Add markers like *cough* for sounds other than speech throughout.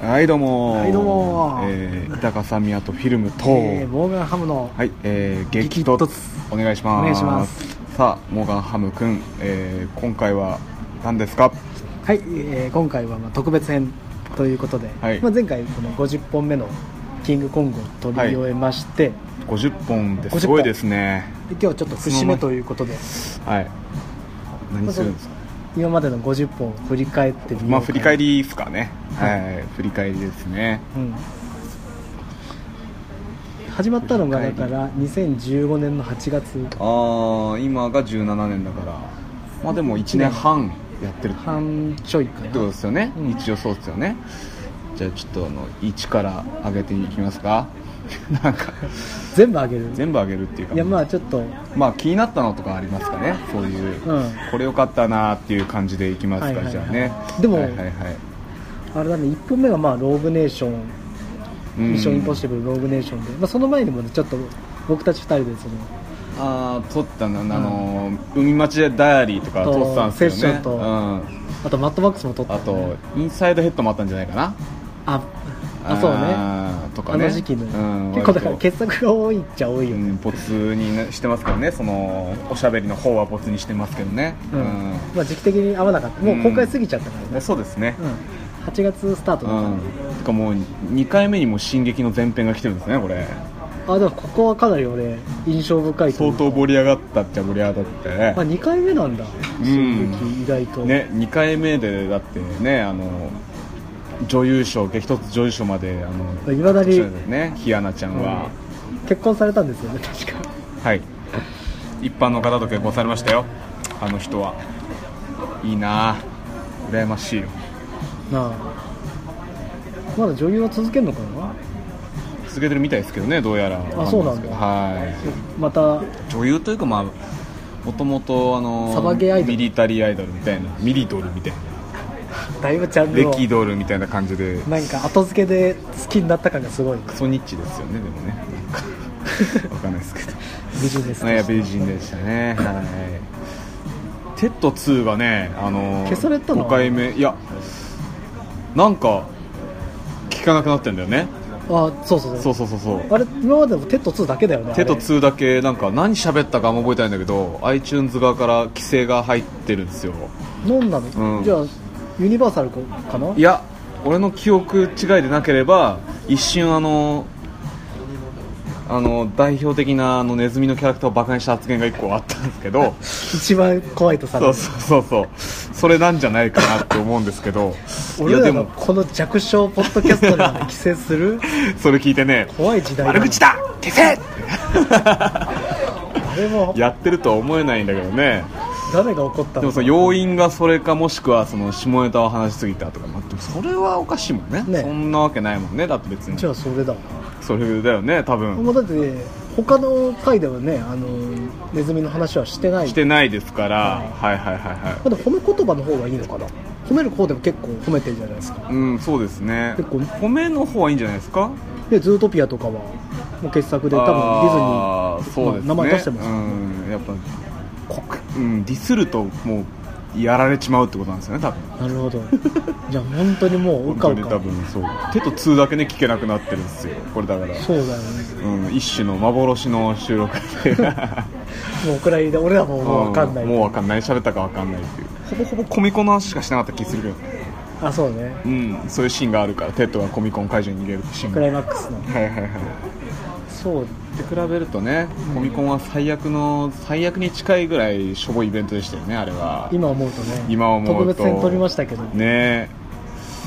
はいどうもはいどうもえー、豊かさ宮とフィルムと、えー、モーガンハムの、はいえー、激突激突お願いしますお願いしますさあモーガンハム君、えー、今回は何ですかはいえー今回はまあ特別編ということで、はいまあ、前回この50本目の「キングコング」を取り終えまして、 50本って50本すごいですねで今日はちょっと節目ということではい何するんですか今までの50本を振り返ってみようかなまあ振り返、りですかねは、はい振り返りですねうん、始まったのが振だり返かりら2015年の8月ああ今が17年だからまあでも1年半やってる半ちょいかってことなですよね、うん一応そうですよねじゃあちょっとあの1から上げていきますか *laughs* なんか全部あげる全部上げるっていうかいやまあちょっとまあ気になったのとかありますかねそういう、うんこれ良かったなっていう感じでいきますか、はいはいはいじゃあねでもはいはいはいあれだね1本目はまあローグネーションうんミッションインポッシブルローグネーションで、まあ、その前にもねちょっと僕たち2人でそのああ撮ったなあのー海町でダイアリーとかと撮ってたんですよねセッションとうん、あとマットマックスも撮ったあんだよねとインサイドヘッドもあったんじゃないかなああそうねあねとかねの時期の、うん、結構だから割と傑作が多いっちゃ多いようね、ん、ボツになしてますけどねそのおしゃべりの方はボツにしてますけどね、ううんんまあ、時期的に合わなかったもう公開過ぎちゃったからねね、そうですねうん8月スタートうだったん、んで、てかもう2回目にも「進撃」の前編が来てるんですねこれあでもここはかなり俺印象深いとい相うか当盛り上がったっちゃ盛り上がったってねあ2回目なんだん進撃意外と、ね2回目でだってねあの女優賞激突女優賞まであのいまだにねひアなちゃんは、結婚されたんですよね確かはい一般の方と結婚されましたよあの人はいいなあ羨ましいよなあまだ女優は続けるのかな続けてるみたいですけどねどうやらあそうなんだわかんないですけどはまたい女優というかまあもともとあのサバゲーアイドルミリタリーアイドルみたいなミリドルみたいなだいぶちゃんレとキドルみたいな感じでなんか後付けで好きになった感がすごいクソニッチですよねでも *laughs* ねなんかわかんないですけど美人ですまあいや美人でしたねはいテッド2がねあの消されたの5回目いやなんか聞かなくなってんだよねあそうそうそそううそうそうそうあれ今までもテッド2だけだよねあテれト2だけなんか何喋ったかあんま覚えてないんだけど iTunes 側から規制が入ってるんですよ何なの、うんじゃあユニバーサルかないや俺の記憶違いでなければ一瞬あのあの代表的なあのネズミのキャラクターをバカにした発言が1個あったんですけ *laughs* ど一番怖いとされそうるそうそうそうそれなんじゃないかなって思うんですけどい俺やでらのもこの弱小ポッドキャストなんで規制 *laughs* するそれ聞いてね怖い時代だな悪口だ消せあれもやってるとは思えないんだけどね誰が怒ったでものその要因がそれかもしくはその下ネタを話しすぎたとか、まあ、でもそれはおかしいもんねねそんなわけないもんねだって別にじゃあそれだわそれだよね多分もうだって他の回ではねあのネズミの話はしてないしてないですから、はい、はいはいはいまだ褒め言葉の方がいいのかな褒める方でも結構褒めてるじゃないですかうんそうですね結構褒めの方はいいんじゃないですかでズートピアとかはもう傑作で多分デあーィズニーそうですねまあ名前出してますうよねんやっぱこうんディスるともうやられちまうってことなんですよね多分なるほどじゃあ本当にもうう本か当うにか多分そう手と2だけね聞けなくなってるんですよこれだからそうだよねうん、一種の幻の収録でもうおくらいで俺らももう分かんない、うもうわかんない喋ったかわかんないっていうほぼほぼコミコンの話しかしなかった気するけどねあそうねうんそういうシーンがあるからテッドがコミコン会場に逃げるシーンクがライマックスはのいはいはいそうって比べるとねコミコンは最悪の最悪に近いぐらいしょぼいイベントでしたよねあれは今思うとね今思うと特別編撮りましたけど、ね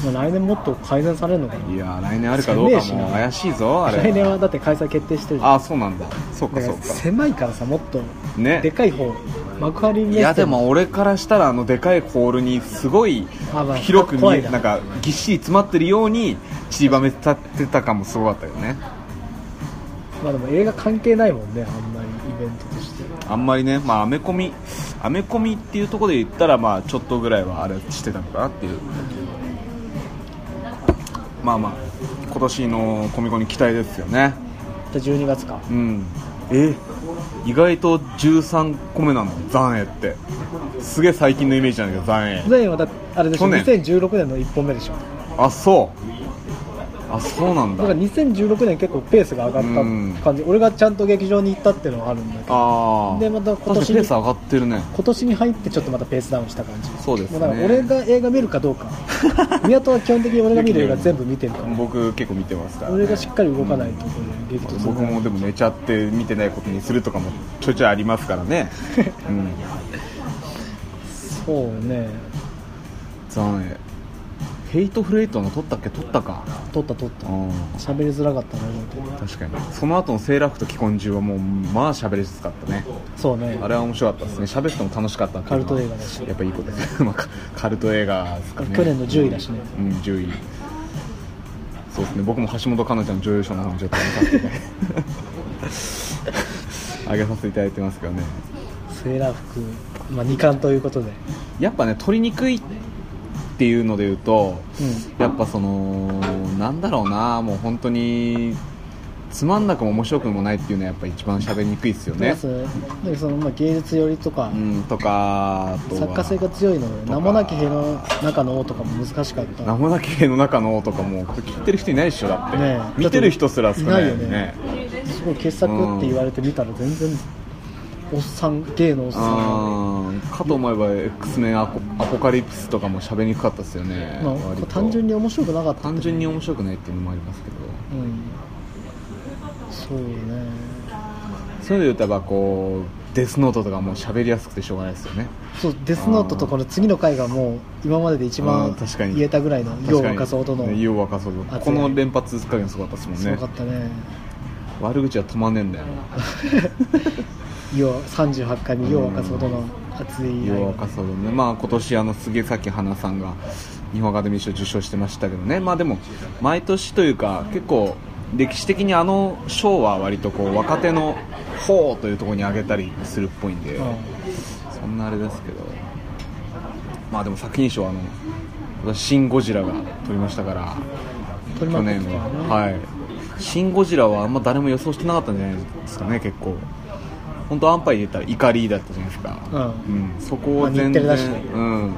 まあ来年もっと改善されるのかえいやなー来年あるかどうかせんべいしもな怪しいぞあれ来年はだって開催決定してるじゃんあそうなんだそうかだかそらうか狭いからさもっとねでかい方幕張にいやでも俺からしたらあのでかいホールにすごいあまあ広く見怖えいななんかぎっしり詰まってるように散りばめたってた感もすごかったよねまあでも映画関係ないもんねあんまりイベントとしてあんまりねまあアメコミアメコミっていうところで言ったらまあちょっとぐらいはあれしてたのかなっていうまあまあ今年のコミコンに期待ですよねじゃあ12月かうんえ意外と13個目なの残影ってすげえ最近のイメージなんだけど残影前はだあれでしょ去年2016年の1本目でしょあそうあそうなんだだから2016年結構ペースが上がった感じ、俺がちゃんと劇場に行ったっていうのはあるんだけどああでまた今年に確かにペース上がってるね今年に入ってちょっとまたペースダウンした感じそうですねもうだから俺が映画見るかど *laughs* うか宮戸は基本的に俺が見る映画全部見てるから僕結構見てますから、ね、俺がしっかり動かないとこれ激突する僕もでも寝ちゃって見てないことにするとかもちょいちょいありますから *laughs* ね、うん、そうね残念ヘイトフレイトの撮ったっけ撮ったか撮った撮ったうん喋りづらかったな本当に確かにその後のセーラー服と既婚獣はもうまあ喋りやすかったねそうねあれは面白かったですね喋っても楽しかったっていうのはカルト映画だしやっぱいいことです *laughs* ね、まあ、カカルト映画ですかね去年の10位だしねうん10位そうですね僕も橋本環奈ちゃんの女優賞の方にちょっと *laughs* あげさせていただいてますけどねセーラー服、まあ、2冠ということでやっぱね取りにくいっていうので言うと、やっぱそのなんだろうなもう本当につまんなくも面白くもないっていうのはやっぱ一番喋りにくいですよねま、ずなんかそのまあ芸術寄りとか、うん、とかあとは作家性が強いので名もなき兵の中の王とかも難しかった名もなき兵の中の王とかもこれ聞いてる人いないでしょだって、ねえ見てる人すら少ないよねいないよねすごい傑作って言われてみたら全然おっさん芸のおっさんあーかと思えば X メンアコアポカリプスとかも喋りにくかったですよね、まあ割と単純に面白くなかった単純に面白くないっていうのもありますけどうんそうねそういうので言ったらこうデスノートとかも喋りやすくてしょうがないですよねそうデスノートとこの次の回がもう今までで一う番ん確かに言えたぐらいのよう沸かす音のねよう沸かそうと熱いこの連発加減すごかったですもんすごねかったね悪口は止まんねえんだよなよう38回目よう沸かす音の熱い愛よをうかそうね、まあ、今年あの杉咲花さんが日本アカデミー賞受賞してましたけどね、まあ、でも毎年というか結構歴史的にあの賞は割とこう若手の方というところに挙げたりするっぽいんで、うんそんなあれですけど、まあ、でも作品賞はあの「シン・ゴジラ」が取りましたから取去り巻年くとかはね、はい「シン・ゴジラ」はあんま誰も予想してなかったんじゃないですかね結構本当安牌で言ったら怒りだったじゃないですか、うんうん、そこを全まあ日テレ然、だしねうん、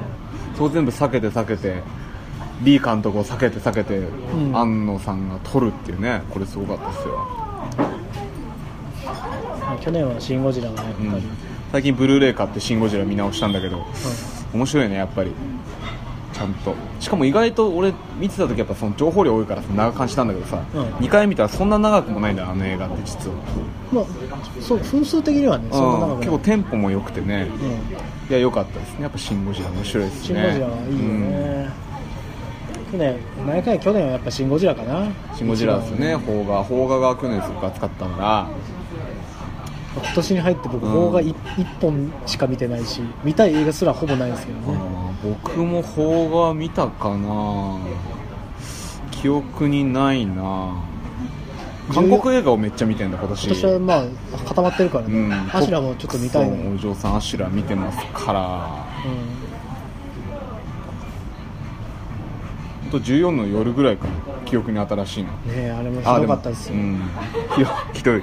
そこ全部避けて避けてリー監督を避けて避けて、ん庵野さんが取るっていうねこれすごかったですよ、去年は「シン・ゴジラ」がやっぱうり、ん最近ブルーレイ買って「シン・ゴジラ」見直したんだけど、面白いねやっぱりちゃんとしかも意外と俺見てた時やっぱその情報量多いからさ長く感じたんだけどさ、うん2回見たらそんな長くもないんだよあの映画って実は、まあ、そう分数的にはねそんなう長んく結ない構、テンポも良くてね、うんいや良かったですねやっぱ「シン・ゴジラ」面白いですねシン・ゴジラはいいようんね、去年毎回去年はやっぱ「シン・ゴジラ」かなシン・ゴジラですよね邦画邦画が去年すごく熱かったから今年に入って僕うん邦画 1, 本しか見てないし見たい映画すらほぼないんですけどね僕も邦画見たかな記憶にないな韓国映画をめっちゃ見てんだ今年今年はまあ固まってるからね、うんアシュラもちょっと見たいの、うそうんお嬢さんアシュラ見てますからほんと14の夜ぐらいかな記憶に新しいのねえあれもひどかったですよ、あもうん、ひど *laughs* ひどい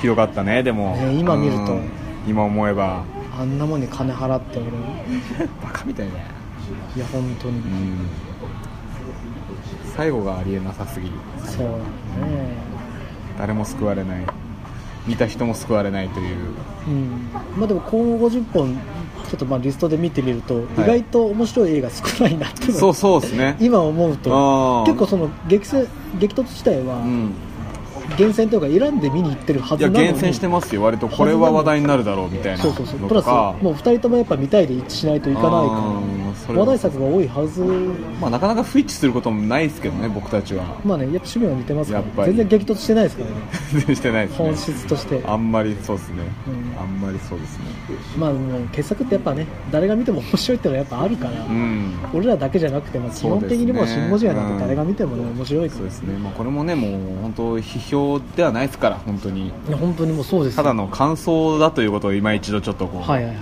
ひどかったねでもね今見るとうん今思えばあんなもんに金払って俺バカみたいだよいや本当うに、ん最後がありえなさすぎるそうだね誰も救われない見た人も救われないといううんまあでも今後50本ちょっとまあリストで見てみると、い意外と面白い映画少ないなっていうのがそうそうですね今思うあとー結構その激戦激突自体うはん厳選というか選んで見に行ってるはいずやなのに厳選してますよ割とこれは話題になるだろうみたいなそうそうそうのプとラスかもう2人ともやっぱ見たいで一致しないといかないあーかそれらは話題作が多いはずまあなかなかフィッチすることもないですけどね僕たちはまあねやっぱ趣味は似てますからやっぱり全然激突してないですからね全然してないですね本質としてあんまりそうですね、うんあんまりそうですねまあもう傑作ってやっぱね誰が見ても面白いってのはやっぱあるから、うん俺らだけじゃなくて、まあ、基そう本ですね的にもう「シン・ゴジラ」なんて誰が見てもね面白いかそうらですね、まあ、これもねもう本当批評ではないですから本当にいや本当にもうそうですよただの感想だということを今一度ちょっとこう、はいはい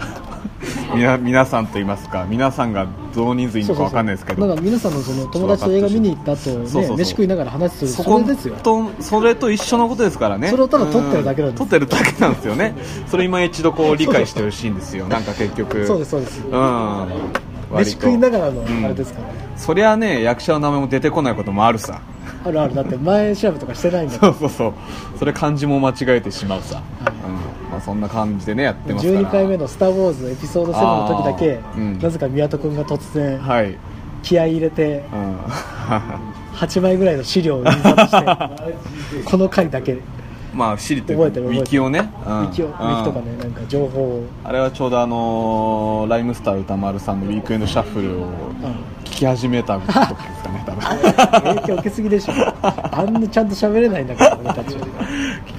みな皆さんと言いますか皆さんがどの人数いるそのうかわそうそうかんないですけだどから皆さんのその友達と映画見に行った後ねそうそうそう飯食いながら話するそそことれですよとそれと一緒のことですからねそれをただ撮ってるだけなうんですん撮ってるだけなんですよねそれ今一度こう理解してほしいんですよなんか結局そうですそうですうん飯食いながらのあれですからね、そりゃね役者の名前も出てこないこともあるさ *laughs* あるあるだって前調べとかしてないんだかそうそらうそうそれ漢字も間違えてしまうさ、はいうんまあ、そんな感じでねやってますから12回目の「スター・ウォーズ」エピソード7の時だけ、あーうんなぜか宮戸君が突然はい、うん、気合い入れて8枚ぐらいの資料を印刷してこの回だけ *laughs* まあ知りという覚えてるウ覚えてるィキをね、うんウィキをウィキとかねなんか情報を、うんあれはちょうどあのーライムスター歌丸さんのウィークエンドシャッフルを聞き始めた時ですかね多分 *laughs* 影響受けすぎでしょあんなちゃんと喋れないんだから俺たち聞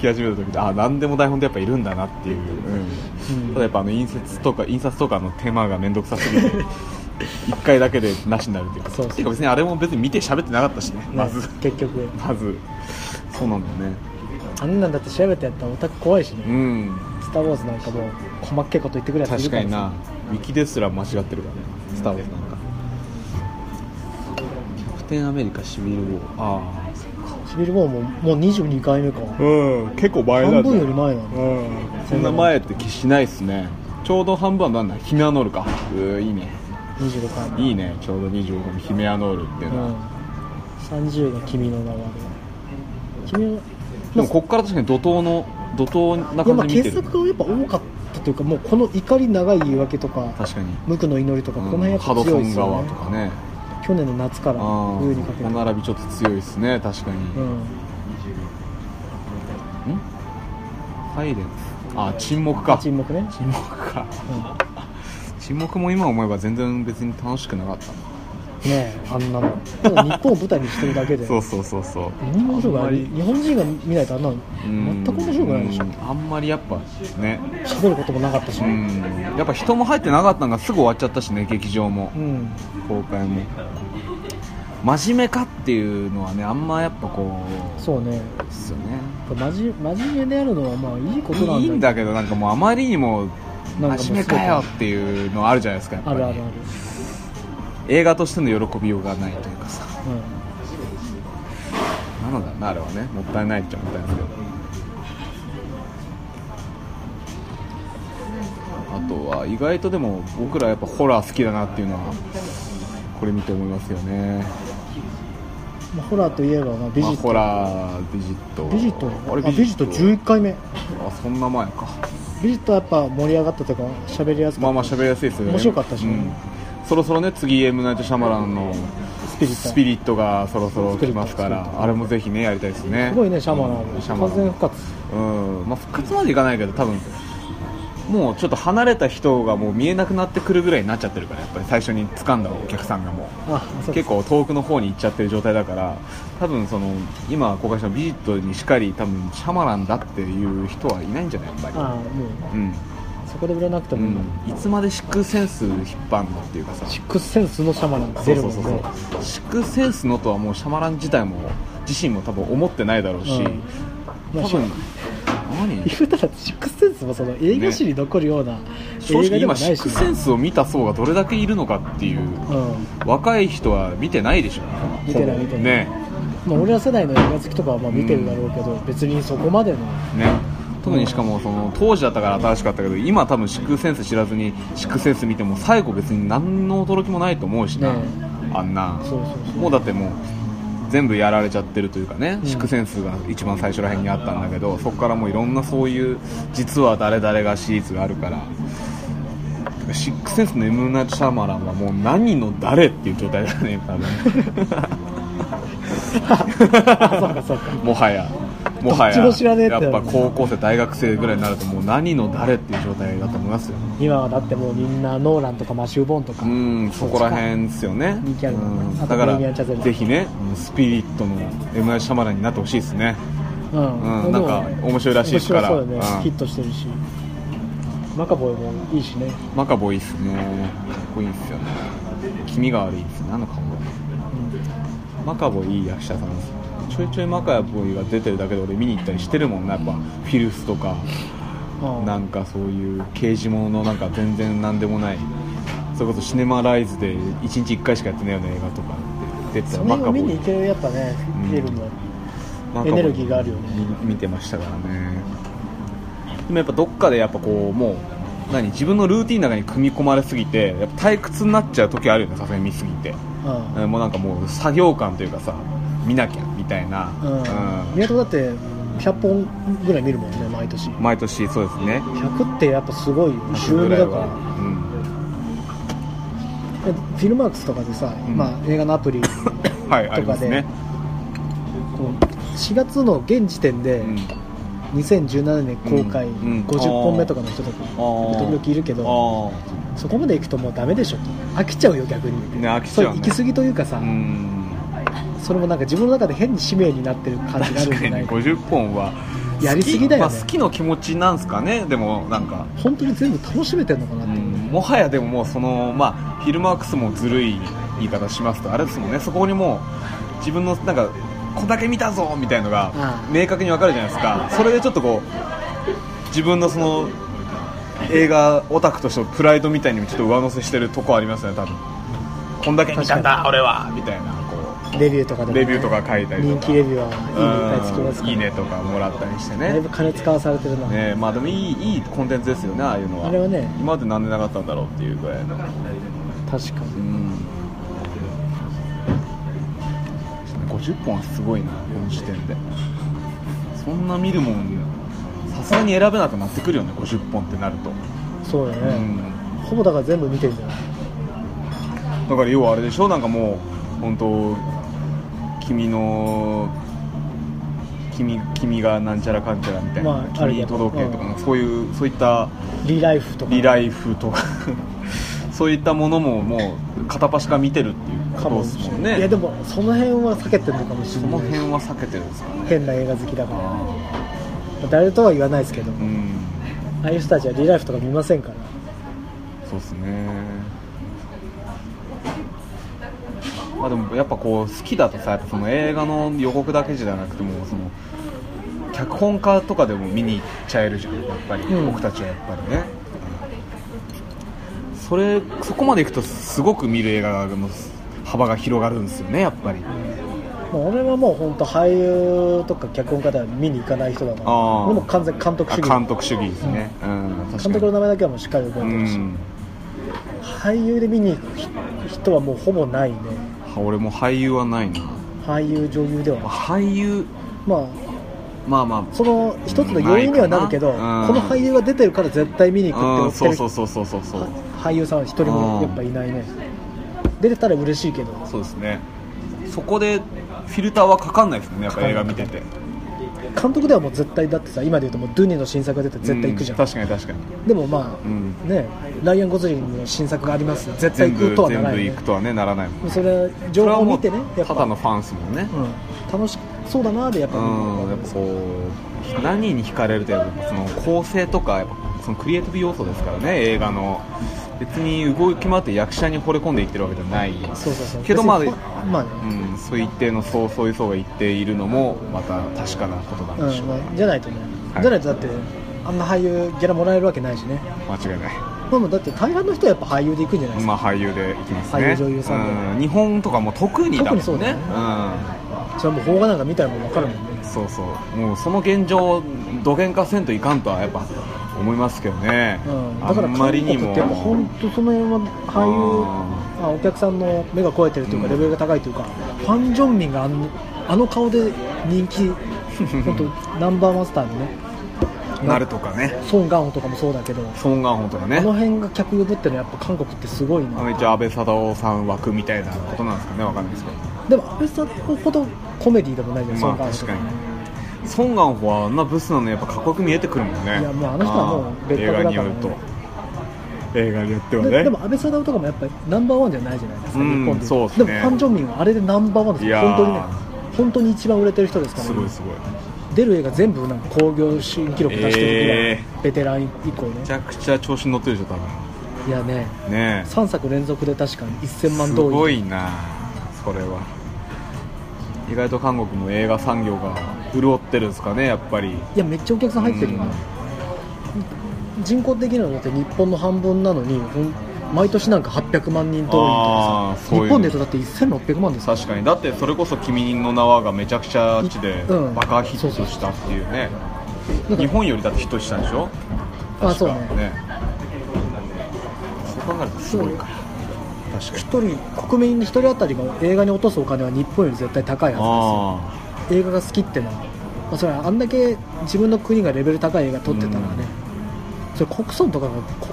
き始めた時であ何でも台本ってやっぱいるんだなっていう、うんうんただやっぱあの印刷とか印刷とかの手間が面倒くさすぎて1回だけでなしになるっていうかそうそうてか別にあれも別に見て喋ってなかったしねまずね結局まずそうなんだよねあんなんだって調べてやったらオタク怖いしうねん「スター・ウォーズ」なんかもう細っけいこと言ってくれやつい確るからになさウィキですら間違ってるからねスター・ウォーズなんかキャプテンアメリカシビル・ウォーああシビル・ボーンももう22回目かうん結構前だ半ね分より前なのうんそんな前って気しないっすねちょうど半分はなんだヒメアノールかうーいいね25回目いいねちょうど25分ヒメアノールっていううのは、ん30が君の名は君のでもこっから確かに怒涛の怒涛ないやまあ感じで見て傑る作がやっぱ多かったというかもうこの怒り長い言い訳とか確かに、無垢の祈りとか、この辺うやんっハぱドソ強いでンすよ川ねとかね去年の夏からあ冬にかけてお並びちょっと強いですね確かに、うんんサイレンスあ沈黙か沈黙ね、沈黙かうん、沈黙も今思えば全然別に楽しくなかったなねえあんなのただ日本を舞台にしてるだけでそうそうそうそう面白くあなんいまり日本人が見ないとあんなのうん全く面白くないでしょうんあんまりやっぱね喋ることもなかったしううん、んやっぱ人も入ってなかったのがすぐ終わっちゃったしね劇場も公開も真面目かっていうのはねあんまやっぱこうそうねうですよね真面真面目であるのはまあいいことなんだいいんだけどなんかもうあまりにもなんかもう真面目かよっていうのあるじゃないですかやっぱありるあるある、映画としての喜びようがないというかさうなのだなあれはねもったいないっちゃもったいないけどあとは意外とでも僕らやっぱホラー好きだなっていうのはこれ見て思いますよね、んまあ、ホラーといえば、まあ、ビジまあ、ット、ホラービジットビジットあれあビジット11回目あそんな前かビジットはやっぱ盛り上がったというか喋りやすまかあった、まあ喋りやすいですよね面白かったしねうんそろそろね次エムナイトシャマランのスピリットスピリットがそろそろ来ますかスピリッらトあれもぜひねやりたいですねすごいねシャマランもシャマ完ラン全復活うんまあ、復活までいかないけど多分もうちょっと離れた人がもう見えなくなってくるぐらいになっちゃってるからやっぱり最初に掴んだお客さんがもあそうう結構遠くの方に行っちゃってる状態だから多分その今公開したビジットにしっかり多分シャマランだっていう人はいないんじゃないやっぱりああもううん、そこで売らなくてうもいいの、ん、いつまでシックセンス引っ張んのっていうかさシックスセンスのシャマランがそ出うるそもうんそねうそうシックセンスのとはもうシャマラン自体も自身も多分思ってないだろうし、うんまあ多分何言うたらシックスセンスもその映画史に残るような正直映画でも今なシいッしクセンスを見た層がどれだけいるのかっていううん若い人は見てないでしょ見てない見てないねまあ、俺ら世代の映画好きとかはまあ見てるだろうけど、別にそこまでのね特にしかもその当時だったから新しかったけど今多分シックセンス知らずにシックセンス見ても最後別に何の驚きもないと思うしな、ねあんなそうそうそうもうだってもう全部やられちゃってるというかね、うんシックセンスが一番最初らへんにあったんだけどそこからもういろんなそういう実は誰々がシリーズがあるからシックセンスの M ナイト・シャーマランはもう何の誰っていう状態だね多あそうかそうか分もはやもはやどっちも知らねえってやなっるぱ高校生大学生ぐらいになるともう何の誰っていう状態だと思いますよ今はだってもうみんなノーランとかマシュー・ボーンとか、うんそこら辺ですよね人気あるもんねうんあとだかボヘミアンチャゼらルぜひねスピリットの M ナイト・シャーマランになってほしいですねうんうんでもなんか面白いらしいですから面白そうだね、うんヒットしてるしマカボイもいいしね、マカボいいっすねかっこいいっすよね気味が悪いっすねあの顔がうんマカボいい役者さんですちょいちょいマカボイが出てるだけで俺見に行ったりしてるもんなやっぱフィルスとかああなんかそういう刑事もののなんか全然なんでもないそれこそシネマライズで1日1回しかやってないような映画とかって出てたそられマをカボ見にイ行けるやっぱね、うんフィルムはマカボイエネルギーがあるよね見見てましたからねでもやっぱどっかでやっぱこうもう何自分のルーティンの中に組み込まれすぎてやっぱ退屈になっちゃう時あるよねさすがに見すぎて、うんうんもうなんかもう作業感というかさ見なきゃみたいな、うんうん宮戸だって100本ぐらい見るもんね毎年毎年そうですね100ってやっぱすごい週ぐら目いだはからえフィルマークスとかでさ、んまあ、映画の *laughs* アプリこうん、はいありますね、う4月の現時点でうん、 2017年公開うんうん50本目とかの人とか時々いるけどあそこまで行くともうダメでしょと飽きちゃうよ逆に、ね飽きちゃうねそ行き過ぎというかさ、あうんそれもなんか自分の中で変に使命になってる感じがあ確るんかじゃになねい50本はやりすぎだよね好きまあ、好きの気持ちなんすかねでもなんか、本当に全部楽しめてるのかなうって、ん、もはやでももうそのまあフィルマークスもずるい言い方しますとあれですもんねそこにもう自分のなんかこんだけ見たぞみたいのがうん明確にわかるじゃないですかそれでちょっとこう自分のその映画オタクとしてのプライドみたいにもちょっと上乗せしてるとこありますよね多分こんだけ見たん確かだ俺はみたいなこレビューとかでうもね、レビューとか書いたりと人か気レビューはいいねいっぱいつきまうすかんらいいねとかもらったりしてねだいぶ金使わされてるねな、えまあでもいいいいコンテンツですよねああいうのはあれはね今までなんでなかったんだろうっていうぐらいの確かうにん50本はすごいなこの時点でそんな見るもんさすがに選べなくなってくるよね50本ってなると、そうだうね、ん、ほぼだから全部見てるんじゃないだから要はあれでしょなんかもう本当君の君君がなんちゃらかんちゃらみたいな、まあある君けど届けとか、うんそういうそういったリライフとかリライフとか *laughs* そういったものももう片っ端から見てるっていうこかともでしすれもないんねいやでもその辺は避けてるのかもしれそなのい辺は避けてるんですかね変な映画好きだから誰とは言わないですけどうんああいう人たちはリライフとか見ませんからそうですねまあでもやっぱこう好きだとさやっぱその映画の予告だけじゃなくてもその脚本家とかでも見に行っちゃえるじゃんやっぱり、うん僕たちはやっぱりねそれそこまでいくとすごく見る映画の幅が広がるんですよねやっぱりもう俺はもう本当俳優とか脚本家では見に行かない人だからあー俺も完全に監督あ主義監督主義ですね、うん確か監に督の名前だけはもうしっかり覚えてるし、うん俳優で見に行く人はもうほぼないね俺も俳優はないな俳優女優では俳優まあまあまあその一つの要因にはなるけど、ないかなうんこの俳優が出てるから絶対見に行うくん、ってそ思うってそるうそうそうそうそう俳優さんは一人もやっぱいないね出てたら嬉しいけどそうですねそこでフィルターはかかんないですもんねやっぱ映画見てて監督ではもう絶対だってさ今で言うともうドゥニの新作が出て絶対行くじゃん、う確かに確かにでもまあ、うんねライアン・ゴズリングの新作があります絶対全行く部とはな全らな部い、行ねく、とはねならないもんそれはそ情れ報はをも見うてねやったぱだのファンですもんねうん、楽しそうだなーでやっぱう見るん、のやがっぱこう何に惹かれるとやっぱその構成とかやっぱそのクリエイティブ要素ですからね映画の別に動き回って役者に惚れ込んでいってるわけじゃないそうそうそうけどまあ別にファンまあねうん、そう一定のそうそういう層が言っているのもまた確かなことなんでしうょんう、まあ、じゃないとね、はいじゃないとだってあんな俳優ギャラもらえるわけないしね間違いないまあまあだって大半の人はやっぱ俳優で行くんじゃないですまか、あ俳優でいきますね俳優女優さんでうん、日本とかも特にだもん特にそうねだねそれはもう邦画なんか見たらもう分かるもんねうん、そうそうもうその現状をどげんかせんといかんとはやっぱ思いますけどね、うん、あだからん韓まり国ってにやもっぱ本当その辺は俳優ああお客さんの目が超えてるといううかんレベルが高いというか、ファン・ジョンミンがあのあの顔で人 *laughs* 気本当ナンバーマスターにねなるとかねソン・ガンホとかもそうだけど、ソン・ガンホとかねあの辺が客呼ぶってのはやっぱ韓国ってすごいあなの一応安倍貞夫さん枠みたいなことなんですかねわかんないですけどでも安倍さんほどコメディでもないじゃん、まあソン・ガンホと確かかにソン・ガンホはあんなブスなのやっぱかっこよく見えてくるもんねいやもうあの人はもう別格だか映らね画によると映画によってはでねでも安倍貞夫とかもやっぱりナンバーワンじゃないじゃないですか、うん日本でそうっすねでもファン・ジョンミンはあれでナンバーワンですいよやー本当にね本当に一番売れてる人ですからすね、ごいすごい出る映画全部なんか興行新記録出してるぐらい、えベテラン以降めねちゃくちゃ調子に乗ってるでしょ多分いやねねえ3作連続で確かに1000万す動員ごいなそれは意外と韓国の映画産業が潤ってるんですかねやっぱりいやめっちゃお客さん入ってるよね、人口的なのだって日本の半分なのにほん毎年なんか800万人動員あーとかさそういうの日本で言うとだって1600万ですよ確かにだってそれこそ「君の名は」がめちゃくちゃあっちでうんバカヒットしたっていうねなんか日本よりだってヒットしたんでしょあそう確かね考えるとすごいから確かに一人国民一人当たりが映画に落とすお金は日本より絶対高いはあずですよ映画が好きってのは、まあ、それはあんだけ自分の国がレベル高い映画撮ってたらね、それ国村とかが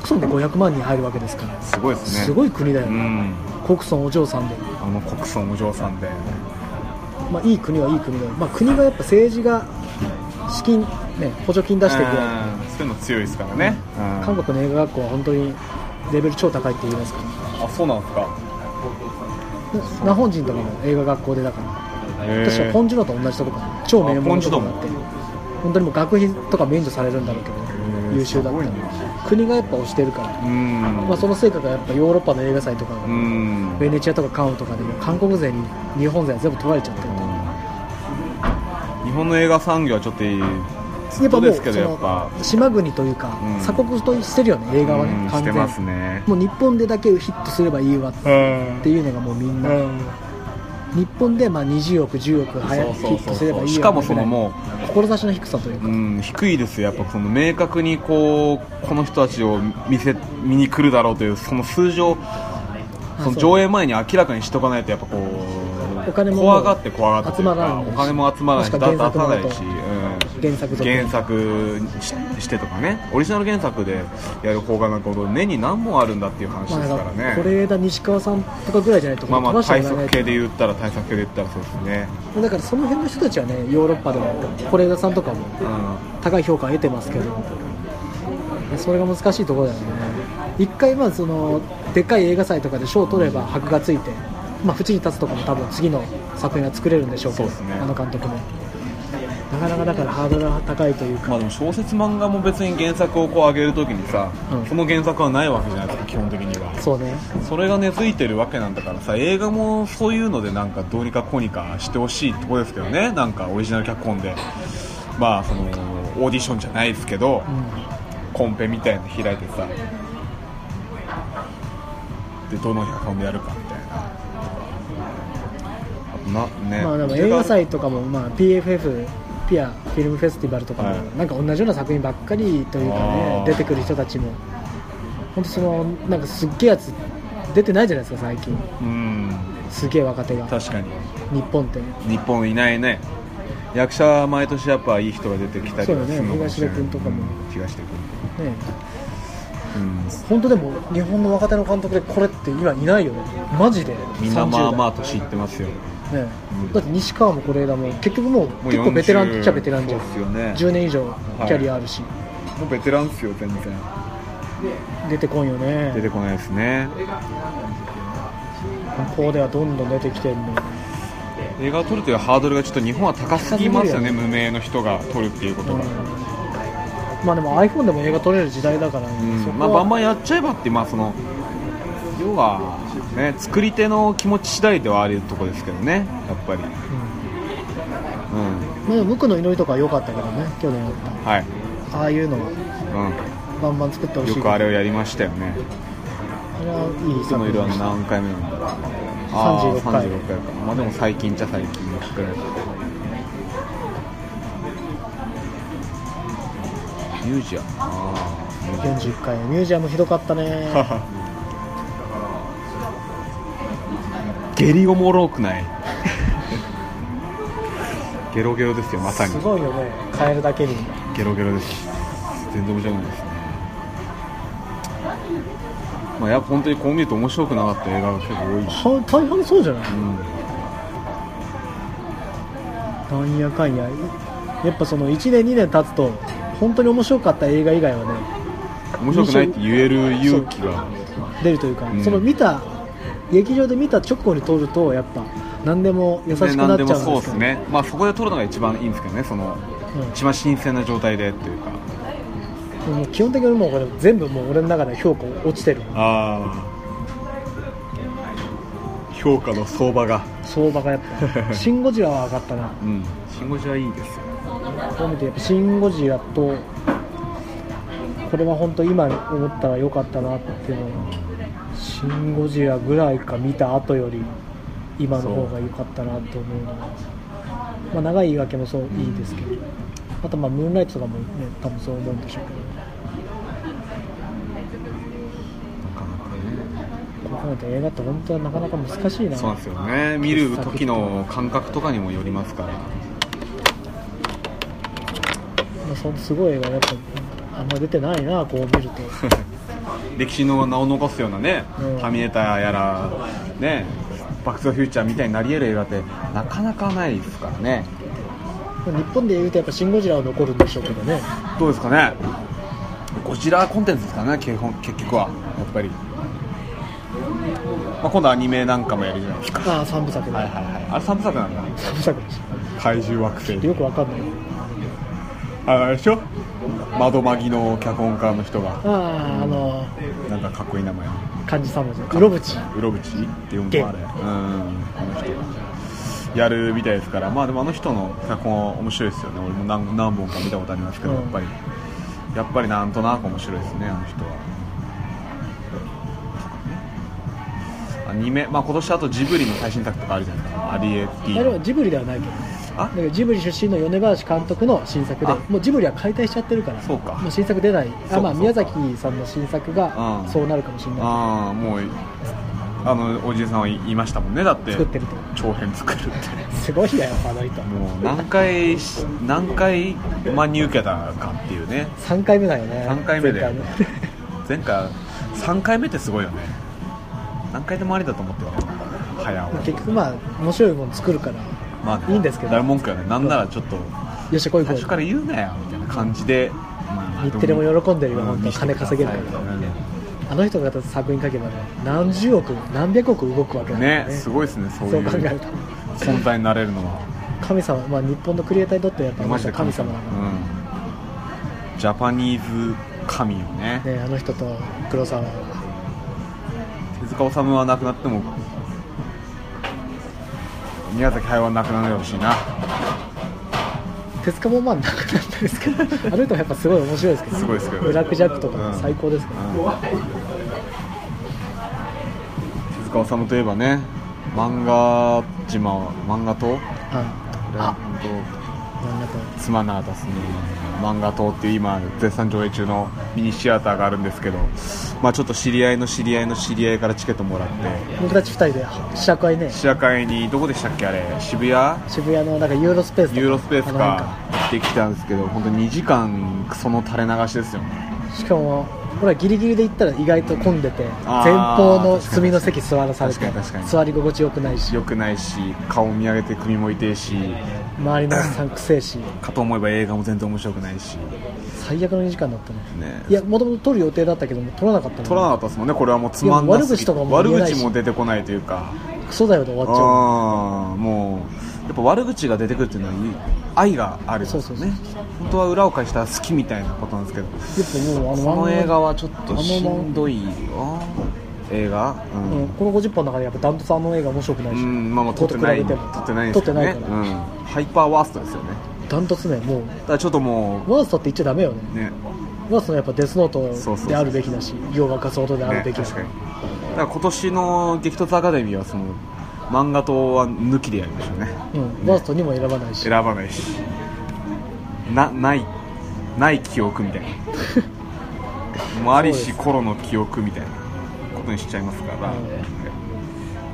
国村で500万人入るわけですからあすごいですねすごいい国だよ、うねん国村お嬢さんで、あの国村お嬢さんでまあ、いい国はいい国だよ、まあ、国がやっぱ政治が資金、ね、補助金出していくぐらいうんそういうの強いですからね、うん韓国の映画学校は本当にレベル超高いって言いますか、あそうなんですからな日本人とかも映画学校でだから私はポンジュノと同じとこかな超名門のとこになってあポンジュ本当にもう学費とか免除されるんだろうけど、へえ優秀だったらすごいな国がやっぱ推してるから、うん、まあ、その成果がやっぱヨーロッパの映画祭とか、うんベネチアとかカンオとかでも韓国勢に日本勢は全部取られちゃってると日本の映画産業はちょっといいずっとですけどやっぱその島国というか、うん鎖国としてるよね映画はね、うん完して全にますねもう日本でだけヒットすればいいわっうんていうのがもうみんな、日本でまあ20億10億早くヒそうそうそうそうットすればいいよしかもそのもうみたいな志の低さというか、うん、低いですよ、やっぱその明確にこうこの人たちを見せ見に来るだろうというその数字をその上映前に明らかにしとかないとやっぱこうお金も怖がって怖がってという集まらかないしお金も集まらないしも出しくは原さ作なもいし、うん原作続編原作にししてとかねオリジナル原作でやる方がなんかこう年に何本あるんだっていう話まあでだすかかららね。是枝西川さんとかぐらいじゃないとまあまあ取ら対せてもら策系えないで言ったら対策系で言ったらそうですね、だからその辺の人たちはねヨーロッパでも是枝さんとかもうん、高い評価を得てますけどそれが難しいところだよね一回まあそのでっかい映画祭とかで賞を取れば箔がついて、まあ、縁に立つとかも多分次の作品が作れるんでしょうけどそうですねあの監督もなかなかだからハードルが高いというか、まあでも小説漫画も別に原作をこう上げるときにさ、うんその原作はないわけじゃないですか基本的にはそうねそれが根付いてるわけなんだからさ映画もそういうのでなんかどうにかこうにかしてほしいとこですけどねなんかオリジナル脚本でまあそのオーディションじゃないですけど、うコンペみたいなの開いてさでどの脚本でやるかみたいなあとなねんまあ、でも映画祭とかも、まあ、PFF ピアフィルムフェスティバルとかも、はいなんか同じような作品ばっかりというかあねー出てくる人たちも本当そのなんかすっげえやつ出てないじゃないですか最近うんすげえ若手が確かに日本ってね日本いないね役者は毎年やっぱいい人が出てきたりはするのかもしれないそうだね東出君とかもうん東出君ねうん本当でも日本の若手の監督でこれって今いないよねマジでみんなまあまあ30年いってますよ代ねうんだって西川も是枝も結局もうもう結構ベテランっちゃベテランじゃんそうっすよね10年以上キャリアあるし、もうベテランっすよ全然出てこんよ出ねてこないですね向こうではどんどん出てきてるの映画を撮るというハードルがちょっと日本は高すぎますよね高すぎるよね無名の人が撮るっていうことが、まあでも iPhone でも映画撮れる時代だから、ねうんそこはまあ、バンバンやっちゃえばって、まあ、その要は、ね、作り手の気持ち次第ではあるとこですけどねやっぱり、うんまあでも無垢の祈りとかは良かったけどね去年やっはい、たああいうのはバンバン作ってほうん、しいよけどくあれをやりましたよねあれはいいいつも作いるあ品のでした何回目なんだろうあー36回36回かまあでも最近っちゃ最近のくらいミュージアムあ41回ミュージアムひどかっ *laughs* たねーゲリおもろくない *laughs* ゲロゲロですよまさにすごいよね変えるだけにゲロゲロです全然面白くないですねまあやっぱ本当にこう見ると面白くなかった映画が結構多いし、は大半そうじゃないうんなんやかんややっぱその1年2年経つと本当に面白かった映画以外はね面白くないって言える勇気が出るというか、うんその見た劇場で見た直後に撮るとやっぱ何でも優しくなっちゃうんですね何でもそうでけすど、ね、まあ、そこで撮るのが一番いいんですけどねそのうん一番新鮮な状態でというかでも基本的にもうこれ全部もう俺の中で評価落ちてるああ評価の相場が相場がやっ *laughs* ぱ「シン・ゴジラ」は上がったなうんシンゴジラいいですよこう見てやっぱ「シン・ゴジラ」とこれは本当今思ったら良かったなっていうのは「シン・ゴジラ」ぐらいか見た後より今の方が良かったなと思うのはまあ、長い言い訳もそういいですけどあとまあムーンライトとかもね多分そう思うんでしょうけどなかなかね改めて映画って本当はなかなか難しいなそうなんですよね見る時の感覚とかにもよりますからまあ、そのすごい映画やっぱあんま出てないなこう見ると歴史の名を残すようなね「うんターミネーター」やらね「バック・トゥ・フューチャー」みたいになり得る映画ってなかなかないですからね日本で言うとやっぱ「シン・ゴジラ」は残るんでしょうけどねどうですかねゴジラコンテンツですからね基本結局はやっぱり、まあ、今度アニメなんかもやるじゃないですかああ三部作で、はいはいはいあれ3部作なんだ三部作でし怪獣惑星たよくわかんないああれでしょ窓マギの脚本家の人があああのなんかかっこいい名前漢字三文字うろぶちうろぶちって呼ぶのあれうんあの人やるみたいですからまあでもあの人の脚本は面白いですよね俺も何何本か見たことありますけど、うんやっぱりやっぱりなんとなく面白いですねあの人はアニメまあ今年あとジブリの最新作とかあるじゃないですかアリエッテあれはィジブリではないけどあだけどジブリ出身の米林監督の新作であもうジブリは解体しちゃってるからそうかもう新作出ないそうあ、かまそうかあ、宮崎さんの新作がうんそうなるかもしれないああもうあのおじいさんは言いましたもんねだって作ってると長編作るってすごいだよあの人もう何回し何回真に受けたかっていうね3回目だよね三回目だよ前前回ね回3回目ってすごいよね何回でもありだと思ってるよね早尾まあ結局まあ面白いもの作るからまあいいんですけど誰も文句はねなんならちょっとよし来い最来い初から言うなよみたいな感じでまあ日テレも喜んでるよう本当見せてくださ金稼げるからうあの人が作品書けばね何十億何百億動くわけだんからねねすごいですねそうそいうう考えると存在になれるのは神様まあ日本のクリエイターにとってやっぱマジで神様だかうんジャパニーズ神よねらねあの人と黒沢は手塚治虫は亡くなっても宮崎駿は亡くならないでほしいな手塚もまあなくなったんですけどあの人はやっぱすごい面白いですけどすごいですけどブラック・ジャックとかうん最高ですけど、手塚治虫といえばね漫画島は漫画島あ本当漫画とつまんなかったですね漫画島っていう今絶賛上映中のミニシアターがあるんですけどまあちょっと知り合いの知り合いの知り合いからチケットもらって僕たち2人で試写会ね試写会にどこでしたっけあれ渋谷渋谷のなんかユーロスペースとかユーロスペースあのなんか行ってきたんですけど本当2時間その垂れ流しですよねしかもほらギリギリで行ったら意外と混んでてあー前方の確か隅にの席座らされて確かに確かに座り心地よくないし良くないし顔見上げて首も痛いし周りのおっさんくせえしかと思えば映画も全然面白くないし最悪の2時間だったねねいやもともと撮る予定だったけども撮らなかったの取らなかったですもんねこれはもうつまんなすぎていや悪口とかも言えないし悪口も出てこないというかクソだよで終わっちゃあーもうやっぱ悪口が出てくるっていうのはいい愛があるんですよそうそうね本当は裏を返したら好きみたいなことなんですけどうやっぱもうあこのの映画は、はちょっとしんどいよ映画ううんん、この50本の中でやっぱダントツあの映画面白くないうし、んまあまあ撮ってないこ撮と比べてもってないですけどね撮ってないかうらん、ハイパーワーストですよねダントツねもだからちょっともうワーストって言っちゃダメよねうねワーストのやっぱデスノそうーそうトであるべきだし洋画化す音であるねべきだ確かにだから今年の激突アカデミーはその漫画党は抜きでやりましたねうん、ワーストにも選ばないし選ばないしなないない記憶みたい *laughs* なもうありそうしです頃の記憶みたいなことにしちゃいますから、うん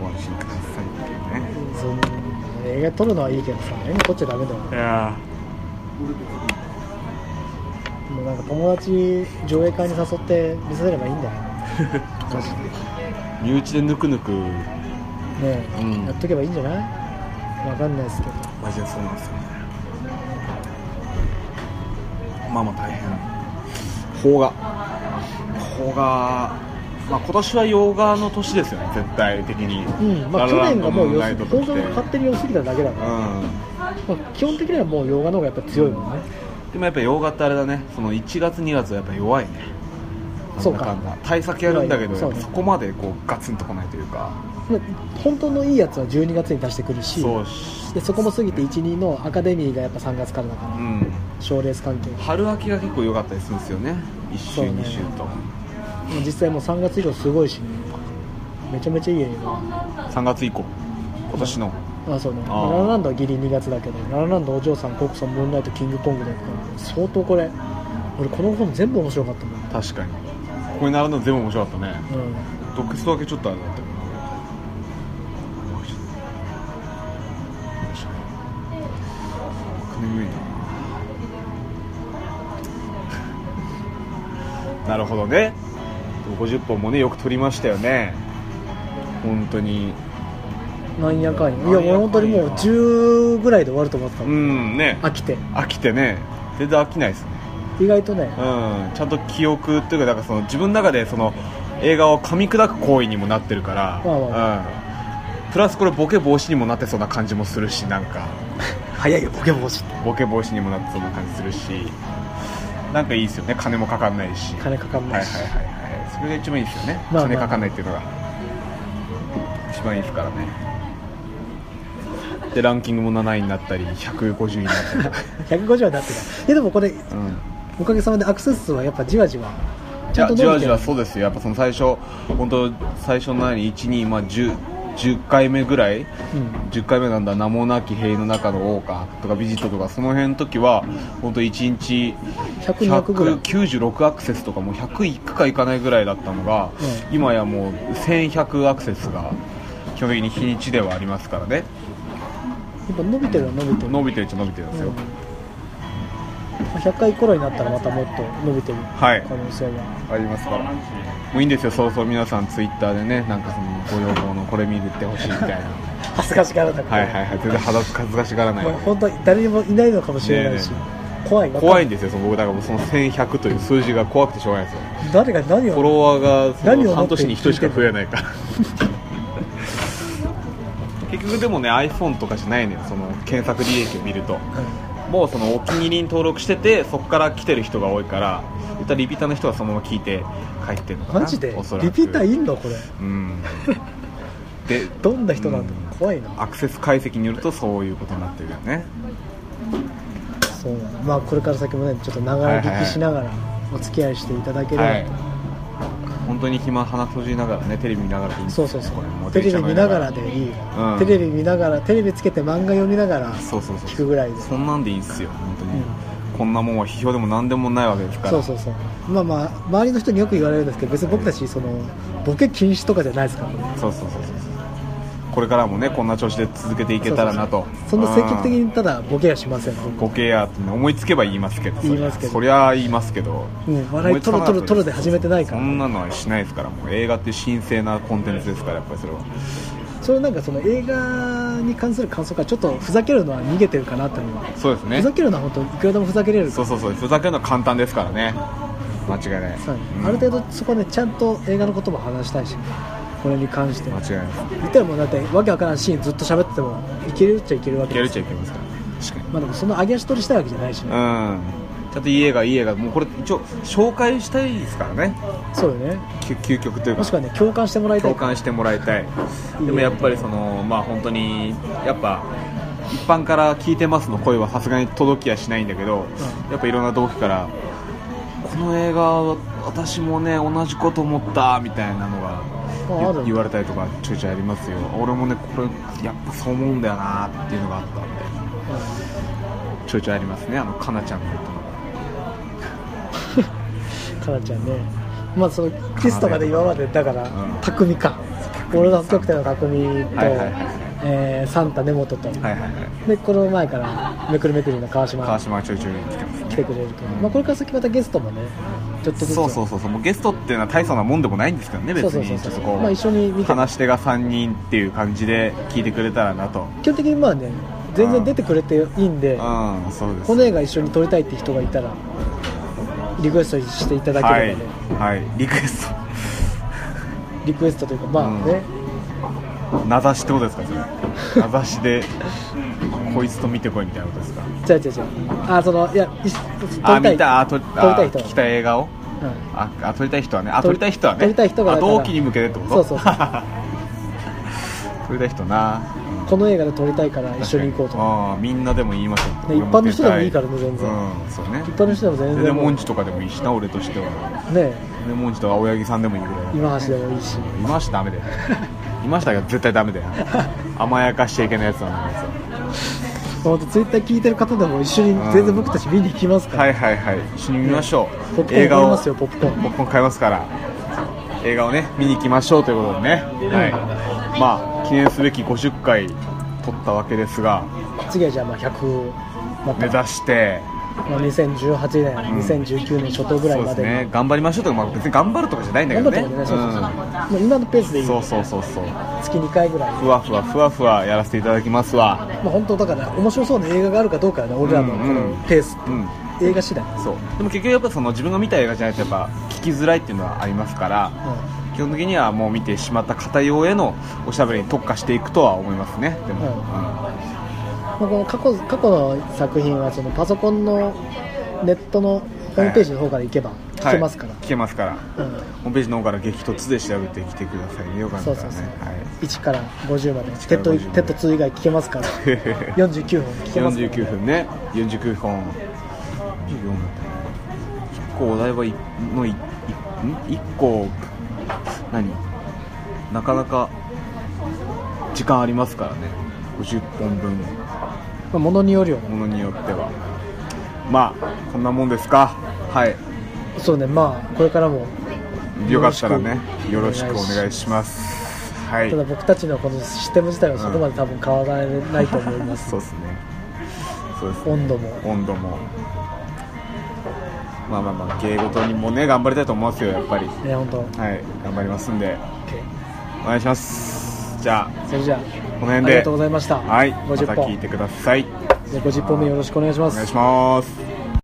ご安心くださいっていうねその映画撮るのはいいけどさ映画撮っちゃダメだよいやもうなんか友達上映会に誘って見せればい *laughs* いんだよマジでー身内でぬくぬくねえ、うんやっとけばいいんじゃないわかんないですけどマジでそうなんですよねまあまあ大変邦画邦画まあ今年は洋画の年ですよね絶対的にうんまあラ去ララン年ドがもうムーン良ナすイぎト邦と来画が勝手に良すぎただけだから、うんまあ、基本的にはもう洋画の方がやっぱ強いもんねでもやっぱ洋画ってあれだねその1月2月はやっぱ弱いねそうかなんだんだ対策やるんだけど弱いねそそうねこまでこうガツンとこないというかまあ本当のいいやつは12月に出してくるしそうしでそこも過ぎて12のアカデミーがやっぱ3月からだかうんら賞レース関係春秋が結構良かったりするんですよね1週そうね2週と実際もう3月以上すごいし、めちゃめちゃいい映画3月以降今年のあそうねあーララランドはギリ2月だけどララランドお嬢さんコクソンムーンライトキングコングだから相当これ俺この本全部面白かったもん確かにここに並んだの全部面白かったねうん毒素だけちょっとあれだったけどな眠いな *laughs* なるほどね50本もねよく取りましたよね本当になんやかんやいなんややかんや俺本当にもう10ぐらいで終わると思ってたうもんんね飽きて飽きてね全然飽きないですね意外とねうん、ちゃんと記憶っていうかなんかその自分の中でその映画を噛み砕く行為にもなってるから、まあうん、プラスこれボケ防止にもなってそうな感じもするしなんか早いよボケボシボケ防止にもなってそうな感じするしなんかいいですよね金もかかんないし金かかんはなはいいいし、はいはいそれが一番いいですよね、まあまあ金かかんないっていうのが一番いいですからねでランキングも7位になったり150位になったり、 150はなってないいやでもこれうんおかげさまでアクセス数はやっぱじわじわちゃんとじ伸わびてじるわそうですよやっぱその最初本当最初の何12まあ 10, 10回目ぐらいうん10回目なんだ名もなき兵の中の王かとかビジットとかその辺の時は本当1日100ぐらい196アクセスとかもう100いくかいかないぐらいだったのが、う今やもう1100アクセスが基本的に日にちではありますからねやっぱ伸びてるは伸びてる、伸びてるっちゃ伸びてるんですよ、うん100回頃になったらまたもっと伸びてるはい可能性はありますからもういいんですよそうそう皆さんツイッターでねなんかそのご要望のこれ見るってほしいみたいな恥ずかしがらなくて、はいはいはい、全然恥ずか恥ずかしがらないもう。本当に誰にもいないのかもしれないし、ね怖いわ怖いんですよ、その僕だからもうその1100という数字が怖くてしょうがないんですよ。誰が何フォをロワーがそ何をの持っ半て年に1人しか増えないから。結局でもね iPhone とかじゃないのよその検索履歴を見るともうそのお気に入りに登録しててそこから来てる人が多いから言ったらリピーターの人がそのまま聞いて帰ってるのかなマジでおそらくリピーターいんのこれうんでどんな人なんだろうう怖いなアクセス解析によるとそういうことになってるよねそうなのまあこれから先もねちょっと長引きしながらお付き合いしていただければ、はい、本当に暇鼻閉じながらねテレビ見ながらでいいんですそようそうそこれもうテレビ見ながらでいいよ、うんテレビ見ながらテレビつけて漫画読みながらそうそうそう聞くぐらいでそんなんでいいんですよ本当に、うんこんなもんは批評でも何でもないわけですからそうそうそうまあまあ周りの人によく言われるんですけど別に僕たちそのボケ禁止とかじゃないですからねそうそうそうそうこれからもねこんな調子で続けていけたらなとそうそうそうそんな積極的うんにただボケはしません僕ボケやって思いつけば言いますけど言いますけどそりゃそりゃ言いますけど、うん笑い思つかなかったトロトロトロで始めてないからそんなのはしないですからもう映画って神聖なコンテンツですからやっぱりそれはそれなんかその映画に関する感想からちょっとふざけるのは逃げてるかなっていうのは、そうですねふざけるのは本当いくらでもふざけれるそうそうそうふざけるのは簡単ですからね間違いない、そううんある程度そこはねちゃんと映画のことも話したいしこれに関して間違いない言ったらもうだってわけわからんシーンずっと喋っててもいけるっちゃいけるわいけけるっですちゃいけますからね確かにまあでもその上げ足取りしたいわけじゃないしね、うんちゃんといい映画いい映画もうこれ一応紹介したいですからねそうよね究究極というもかしくはね共感してもらいたい共感してもらいたいいいでもやっぱりそのまあ本当にやっぱ一般から聞いてますの声はさすがに届きやしないんだけど、やっぱいろんな同期からこの映画私もね同じこと思ったみたいなのがあある言言われたりとかちょいちょいありますよ俺もねこれやっぱそう思うんだよなっていうのがあったんでうちょいちょいありますねあのかなちゃんのことがんかなちゃんねまあそのキスとかで今までだから、うん匠か俺の太くての匠と、はいはいはいえーサンタ根本と、はいはいはいでこの前からめくるめくりの川島川島はちょいちょい来てます来てくれると、まあ、これから先またゲストもねちょっとずつそうそうそうそうもうゲストっていうのは大層なもんでもないんですけどね別そうそにうちそょうっとそうこうまあ一緒に見て話し手が3人っていう感じで聞いてくれたらなと基本的にまあね全然出てくれていいんでうんそうですこの映画一緒に撮りたいって人がいたらリクエストしていただけはれいばね、はいリクエスリクエストというかまあね、ト名指しってことですかそれ名指しでこいつと見てこいみたいなことですか違う違う違うあそのいやいし撮ありたい見たあ撮とりあたい人聞きたい映画をうんああ撮りたい人はねあ撮撮りりたい人はね撮りたい人があだから同期に向けてってことそうそうそう *laughs* 撮りたい人なこの映画で撮りたいから一緒に行こうとかああみんなでも言いましょうね一般の人でもいいからね全然うんそうね一般の人でも全全然然もモうンねチとかでもいいしな俺としてはえ全然モンチとか青柳さんでもいいぐらいだから今橋でもいいし今しダメだよ今しだが絶対ダメだよ甘やかしちゃいけないやつなんですよ本当ツイッター聞いてる方でも一緒に全然僕たち見に行きますから、はいはいはい一緒に見ましょポうップコーン買いますよポップコーンポップコーン買いますから映画をね見に行きましょうということでね、はいまあ、記念すべき50回撮ったわけですが次はじゃあまあ100ま目た、指してまあ、2018年、2019年初頭ぐらそういでますでね頑張りましょうとか、まあ、別に頑張るとかじゃないんだけどね頑張るとかじゃないもう今のペースでいうんいそうそうそうそう月2回ぐらいふわふわふわふわやらせていただきますわまあ、本当だから面白そうな映画があるかどうかやね俺らのこうんうのんペースって、うん映画次第、うんそうでも結局やっぱその自分が見た映画じゃないとやっぱ聞きづらいっていうのはありますから基本的にはもう見てしまった方用へのおしゃべりに特化していくとは思いますねでも、うんうんまあ、この過去過去の作品はそのパソコンのネットのホームページの方から行けば聞けますから、はい、聞けますからうんホームページの方から激突で調べてきてくださいねよかっそたうらそねうそう、はい1から50まで1テかッら50ドまでテッド2以外聞けます *laughs* から49分聞けますから、 49分ね49分14分結構お台場いのいいん1個何なかなか時間ありますからね50本分まあ、ものによるよねものによってはまあこんなもんですかはいそうねまあこれからもよかったらねよよろろししくくおお願いします願いしますはただい僕たちのこのシステム自体はそこまで多分変わらないと思います、そうですねそうですね *laughs* 温度も温度もまあまあまあ芸事にもね頑張りたいと思いますよやっぱりね本当、はい頑張りますんで OK お願いしますじゃあそれじゃあこの辺でありがとうございましたはいまた50聞い本てくださいじゃあ50本目よろしくお願いしまおす願いします